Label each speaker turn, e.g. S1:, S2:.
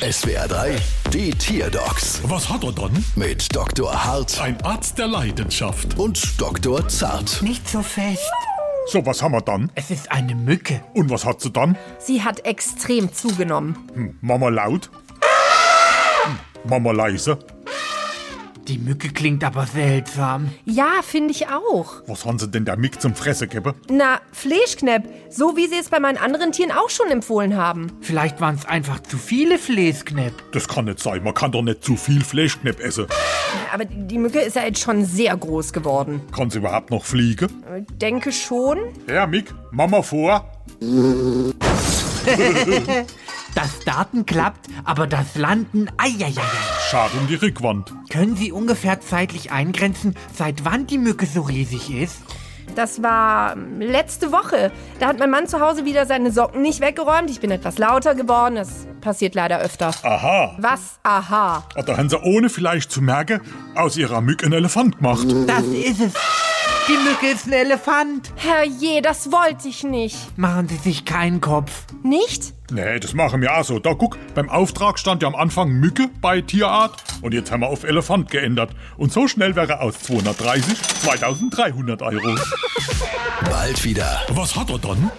S1: SWR 3, die Tierdocs
S2: Was hat er dann?
S1: mit Dr. Hart
S2: Ein Arzt der Leidenschaft.
S1: und Dr. Zart.
S3: Nicht so fest.
S2: So, was haben wir dann?
S3: Es ist eine Mücke.
S2: Und was hat sie dann?
S4: Sie hat extrem zugenommen.
S2: Hm, Mama laut? Hm, Mama leise?
S3: Die Mücke klingt aber seltsam.
S4: Ja, finde ich auch.
S2: Was haben sie denn der Mick zum Fressen gegeben?
S4: Na, Fleischknepp, so wie sie es bei meinen anderen Tieren auch schon empfohlen haben.
S3: Vielleicht waren es einfach zu viele Fleesknepp.
S2: Das kann nicht sein, man kann doch nicht zu viel Fleischknepp essen.
S4: Aber die Mücke ist ja jetzt schon sehr groß geworden.
S2: Kann sie überhaupt noch fliegen?
S4: Denke schon.
S2: Ja, Mick, Mama vor.
S3: Das Starten klappt, aber das Landen, eieiei.
S2: Schade um die Rückwand.
S3: Können Sie ungefähr zeitlich eingrenzen, seit wann die Mücke so riesig ist?
S4: Das war ähm, letzte Woche. Da hat mein Mann zu Hause wieder seine Socken nicht weggeräumt. Ich bin etwas lauter geworden. Das passiert leider öfter.
S2: Aha,
S4: Was? Aha.
S2: Ah, da haben sie ohne vielleicht zu merken aus ihrer Mick einen Elefant gemacht.
S3: Das ist es. Die Mücke ist ein Elefant.
S4: Herrje, das wollte ich nicht.
S3: Machen Sie sich keinen Kopf.
S4: Nicht?
S2: Nee, das machen wir auch so. Da guck, beim Auftrag stand ja am Anfang Mücke bei Tierart und jetzt haben wir auf Elefant geändert. Und so schnell wäre aus 230 2300 Euro.
S1: Bald wieder.
S2: Was hat er dann?